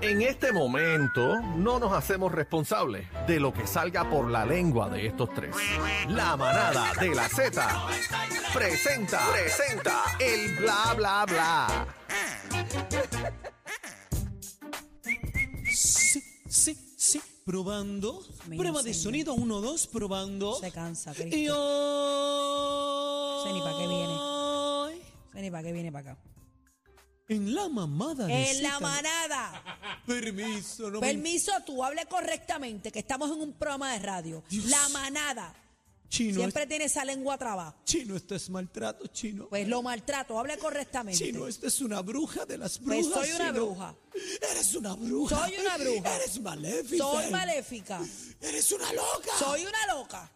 En este momento no nos hacemos responsables de lo que salga por la lengua de estos tres. La manada de la Z presenta, presenta el bla bla bla. Sí, sí, sí. Probando. mío, Prueba de señor. sonido. Uno, dos. Probando. Se cansa, Cristo. Y hoy. Sé ni pa' qué viene. Sé ni para qué viene para acá. En la mamada. de En la Zeta. manada. Permiso, no me- Permiso, tú hable correctamente, que estamos en un programa de radio. Dios. La manada. Chino, Siempre tiene esa lengua trabada. chino, esto es maltrato, chino. Pues lo maltrato, hable correctamente. Chino, esto es una bruja de las Pues brujas. soy una chino. bruja. Eres una bruja. Soy una bruja. Eres maléfica. Soy maléfica. Eres una loca. Soy una loca.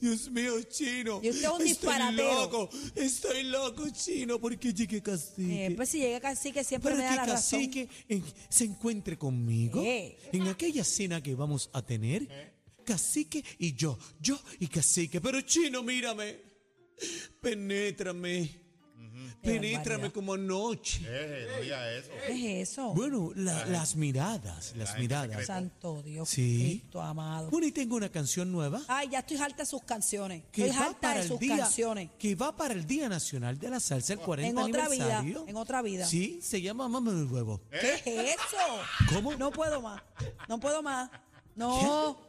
Dios mío, chino. Y usted es un Estoy disparatero. loco. Estoy loco, chino, porque llegué castigo. Eh, pues si llega Cacique siempre Para me da la que razón. Cacique eh, se encuentre conmigo Eh. en aquella cena que vamos a tener, Cacique y yo, yo y Cacique. Pero chino, mírame, penétrame, penétrame barbaridad. como anoche. Eh, no diga eso. ¿Qué es eso? Bueno, la- las miradas, las miradas. Santo Dios, Sí. Cristo amado. Bueno, y tengo una canción nueva Ay, ya estoy harta de sus canciones. que Estoy va harta para de el sus día canciones. que va para el Día Nacional de la Salsa, el 40 En otra vida, aniversario. en otra vida. Sí, se llama Mamá del Huevo. ¿Qué es eso? ¿Cómo? No puedo más. No puedo más. No.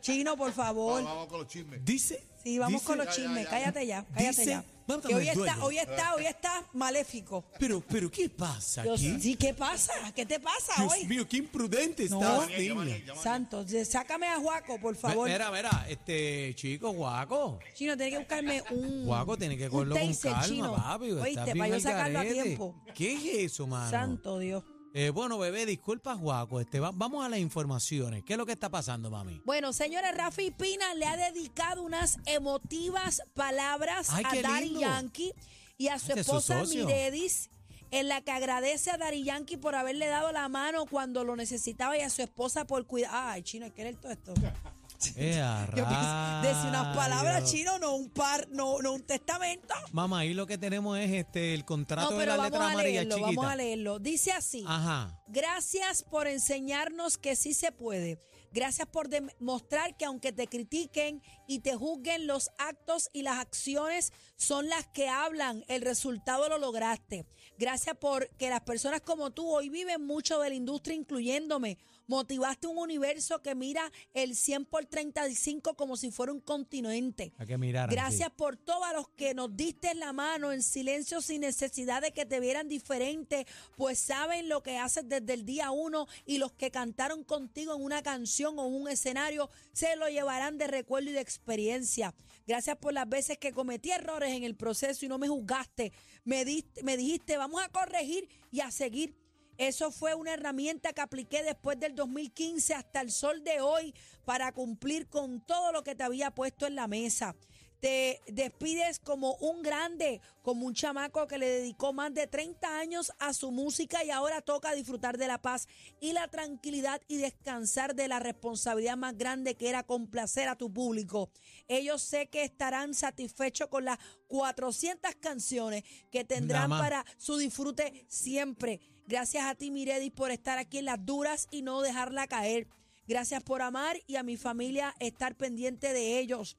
Chino, por favor. Vamos con los chismes. Dice. Sí, vamos dice- con los chismes. Cállate ya. Cállate Dice- ya. Vamos Que hoy al está, duelo. hoy está, hoy está maléfico. Pero, pero, ¿qué pasa Dios- aquí? sí, ¿qué pasa? ¿Qué te pasa Dios hoy? mío, qué imprudente No. estabas, Llama, niña. Santo, de- sácame a Juaco, por favor. Mira, mira, este chico, guaco. Chino, tiene que buscarme un. Guaco, tiene que un cogerlo con taser, calma, Chino. papi. estás Oíste, bien para yo al sacarlo a garete. tiempo. ¿Qué es eso, mano? Santo Dios. Eh, bueno, bebé, disculpa, guaco. Este, va- vamos a las informaciones. ¿Qué es lo que está pasando, mami? Bueno, señores, Rafi Pina le ha dedicado unas emotivas palabras Ay, qué a Dari lindo. Yankee y a su Este es su esposa socio. Miredis, en la que agradece a Dari Yankee por haberle dado la mano cuando lo necesitaba y a su esposa por cuidar. Ay, chino, hay que leer todo esto. Eh, a Yo pienso, decir unas palabras, rayos. chino, no un par, no, no un testamento. Mamá, ahí lo que tenemos es este el contrato No, de pero la vamos letra a amarilla leerlo, chiquita. vamos a leerlo. Dice así. Ajá. Gracias por enseñarnos que sí se puede. Gracias por demostrar que aunque te critiquen y te juzguen, los actos y las acciones son las que hablan. El resultado lo lograste. Gracias por que las personas como tú hoy viven mucho de la industria, incluyéndome. Motivaste un universo que mira el 100 por 35 como si fuera un continente. Hay que mirar. Gracias por todos los que nos diste la mano en silencio sin necesidad de que te vieran diferente, pues saben lo que haces desde el día uno y los que cantaron contigo en una canción o en un escenario se lo llevarán de recuerdo y de experiencia. Gracias por las veces que cometí errores en el proceso y no me juzgaste. Me, diste- me dijiste, vamos a corregir y a seguir. Eso fue una herramienta que apliqué después del 2015 hasta el sol de hoy para cumplir con todo lo que te había puesto en la mesa. Te despides como un grande, como un chamaco que le dedicó más de 30 años a su música y ahora toca disfrutar de la paz y la tranquilidad y descansar de la responsabilidad más grande que era complacer a tu público. Ellos sé que estarán satisfechos con las 400 canciones que tendrán más. para para su disfrute siempre. Gracias a ti, Miredis, por estar aquí en las duras y no dejarla caer. Gracias por amar y a mi familia estar pendiente de ellos.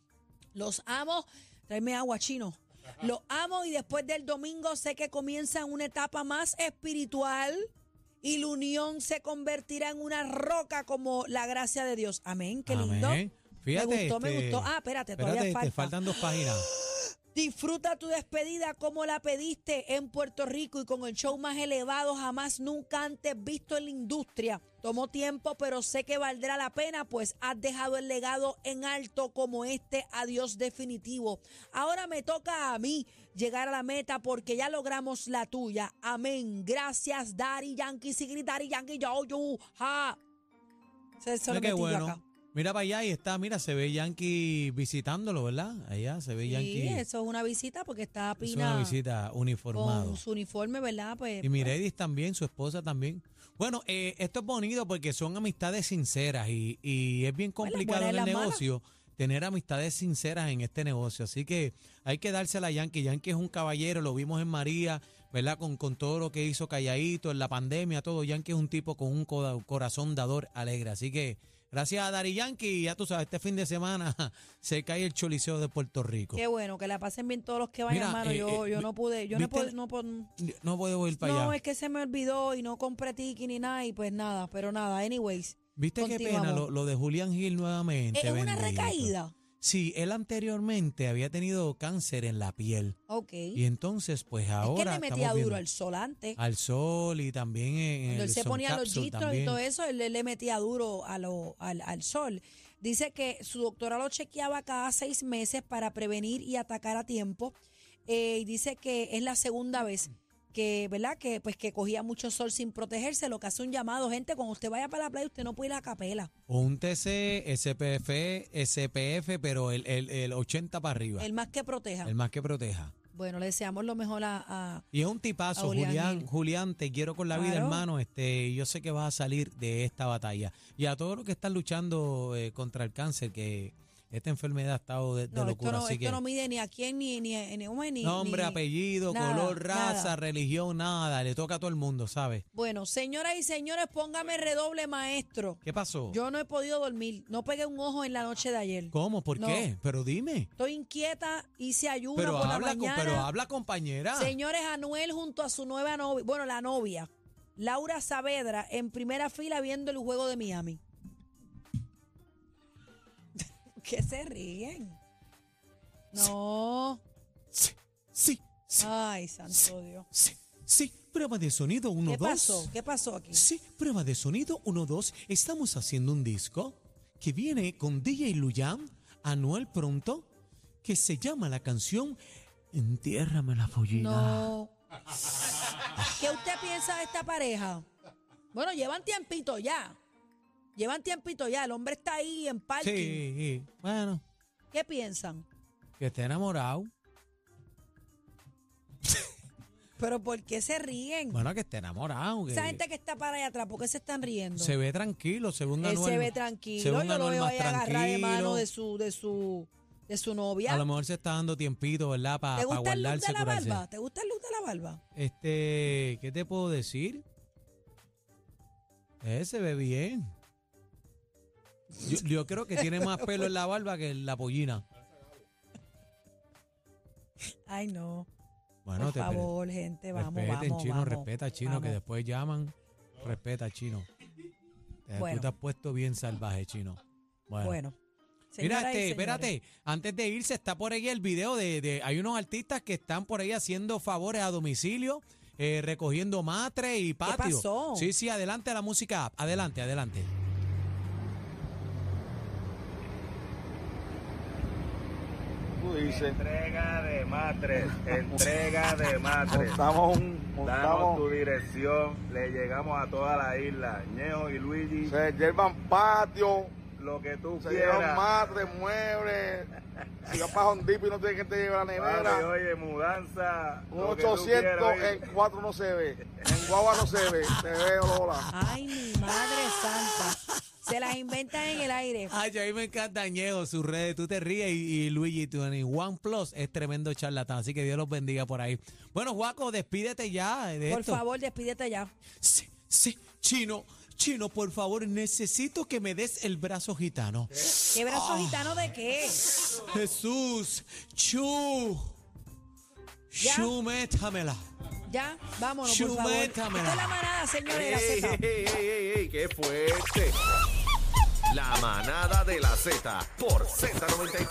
Los amo. Tráeme agua, chino. Los amo y después del domingo sé que comienzan una etapa más espiritual y la unión se convertirá en una roca como la gracia de Dios. Amén, qué lindo. Amén. Fíjate, me gustó, me este, gustó. Ah, espérate, todavía Espérate, falta. te faltan dos páginas. Disfruta tu despedida como la pediste en Puerto Rico y con el show más elevado jamás nunca antes visto en la industria. Tomó tiempo, pero sé que valdrá la pena, pues has dejado el legado en alto como este adiós definitivo. Ahora me toca a mí llegar a la meta porque ya logramos la tuya. Amén. Gracias, Dari Yankee, Sigrid, Dari Yankee, yo, yo, ja. Se, se lo Mira qué metí yo bueno. acá. Mira para allá y está, mira, se ve Yankee visitándolo, ¿verdad? Allá se ve Sí, Yankee. eso es una visita porque está es Pina una visita uniformado. con su uniforme, ¿verdad? Pues, Y Miredis también, su esposa también. Bueno, eh, esto es bonito porque son amistades sinceras y, y es bien Pues las complicado buenas y en el las malas. negocio tener amistades sinceras en este negocio. Así que hay que dársela a Yankee. Yankee es un caballero, lo vimos en María, ¿verdad? Con, con todo lo que hizo calladito en la pandemia, todo. Yankee es un tipo con un coda- corazón dador alegre. Así que gracias a Dari Yankee. Ya tú sabes, este fin de semana se cae el choliseo de Puerto Rico. Qué bueno, que la pasen bien todos los que vayan, Mira, mano. eh, yo, eh, yo vi- no pude, yo no, ¿viste pod- la- no, pod- No puedo ir para no, allá. es que se me olvidó y no compré ticket ni nada y pues nada, pero nada, anyways. ¿Viste qué pena continuamos. lo, lo de Julián Gil nuevamente? Es una bendito? recaída. Sí, él anteriormente había tenido cáncer en la piel. Ok. Y entonces, pues es que ahora. le metía estamos duro viendo al sol antes. al sol y también en. Cuando el él se sun ponía los capsule gistros y también. todo eso, él le- le metía duro a lo- al, al sol. Dice que su doctora lo chequeaba cada seis meses para prevenir y atacar a tiempo. Eh, y dice que es la segunda vez que, ¿verdad? Que pues que cogía mucho sol sin protegerse, lo que hace un llamado, gente, cuando usted vaya para la playa, usted no puede ir a la capela. O un TC, SPF, SPF, pero el, el, el 80 para arriba. El El, más que proteja. más que proteja. Bueno, le deseamos lo mejor a, a- Y es un A tipazo, Julián Julián. Gil. Julián, te quiero con la vida, Claro. hermano. Este, y yo sé que vas a salir de esta batalla. Y a todos los que están luchando eh, contra el cáncer, que esta enfermedad ha estado de, de No, locura. esto, no, así esto que, no mide ni a quién, ni, ni, ni, ni- ni- nombre, ni- apellido, nada, color, raza, nada. religión, nada. Le toca a todo el mundo, ¿sabes? Bueno, señoras y señores, póngame redoble, maestro. ¿Qué pasó? Yo no he podido dormir, no pegué un ojo en la noche de ayer. ¿Cómo? ¿Por No. qué? Pero dime. Estoy inquieta, hice ayuno Pero por habla, la con- mañana. pero habla, compañera. Señores, Anuel junto a su nueva novia, bueno, la novia, Laura Saavedra, en primera fila viendo el juego de Miami. ¿Qué se ríen? No. Sí, sí, Ay, santo Dios. sí, sí. Prueba de sonido 1, ¿Qué 2. pasó? ¿Qué pasó aquí? Sí, prueba de sonido 1-2. Estamos haciendo un disco que viene con DJ Luyan, Anuel Pronto, que se llama la canción Entiérrame la follina. No. ¿Qué usted piensa de esta pareja? Bueno, llevan tiempito ya. Llevan tiempito ya. El hombre está ahí en parking. sí, bueno, ¿Qué piensan? que esté enamorado. Pero ¿por qué se ríen? Bueno, que esté enamorado. que Esa gente que está para allá atrás, ¿por qué se están riendo? se ve tranquilo, se ve un Él Anuel. se ve se ve tranquilo. un Yo lo Anuel veo más ahí agarrar de mano tranquilo. de su, de su, de su novia. A lo mejor se está dando tiempito, ¿verdad? Para ¿Te gusta el look guardarse, de la curarse. barba? ¿Te gusta el look de la barba? Este, ¿qué te puedo decir? Eh, se ve bien. Yo, yo creo que tiene más pelo en la barba que en la pollina. Ay, no. Bueno, Por te favor, gente, vamos, respeten, vamos, chino, vamos. respeta, chino, que Vamos. después llaman. Respeta, chino. Eh, Bueno. Tú te has puesto bien salvaje, chino. Bueno. Bueno. Mira, señoras y este, señores. espérate, antes de irse está por ahí el video de, de- hay unos artistas que están por ahí haciendo favores a domicilio, eh, recogiendo matre y patio. pasó? Sí, sí, adelante la música, app, adelante, adelante. Tú dices, Entrega de matres, entrega de matres. montamos un, Danos tu montamos, dirección, le llegamos a toda la isla. Ñejo y Luigi, se llevan patio, lo que tú se llevan quieras. madre, muebles, si vas para un dip y no tienes que te llevar la Papi, nevera, oye, mudanza. un lo que tú quieras, 800 oye. en 4 no se ve, en guagua no se ve, te veo Lola. Ay, mi madre santa. Se las inventan en el aire. Ay, a mí me encanta Ñejo, sus redes, tú te ríes y, y Luigi Tony One Plus es tremendo charlatán, así que Dios los bendiga por ahí. Bueno, Guaco, despídete ya de Por esto. favor, despídete ya. Sí, sí, chino, chino, por favor, necesito que me des el brazo gitano. ¿Qué brazo gitano de qué? Jesús, chu, ¿Ya? chumétamela. Ya, vámonos, por favor. Esto es Chumétamela. la manada, señores. de la Ey, Zeta. ey, ey, ey, ey, qué fuerte! La manada de la Z por Z93.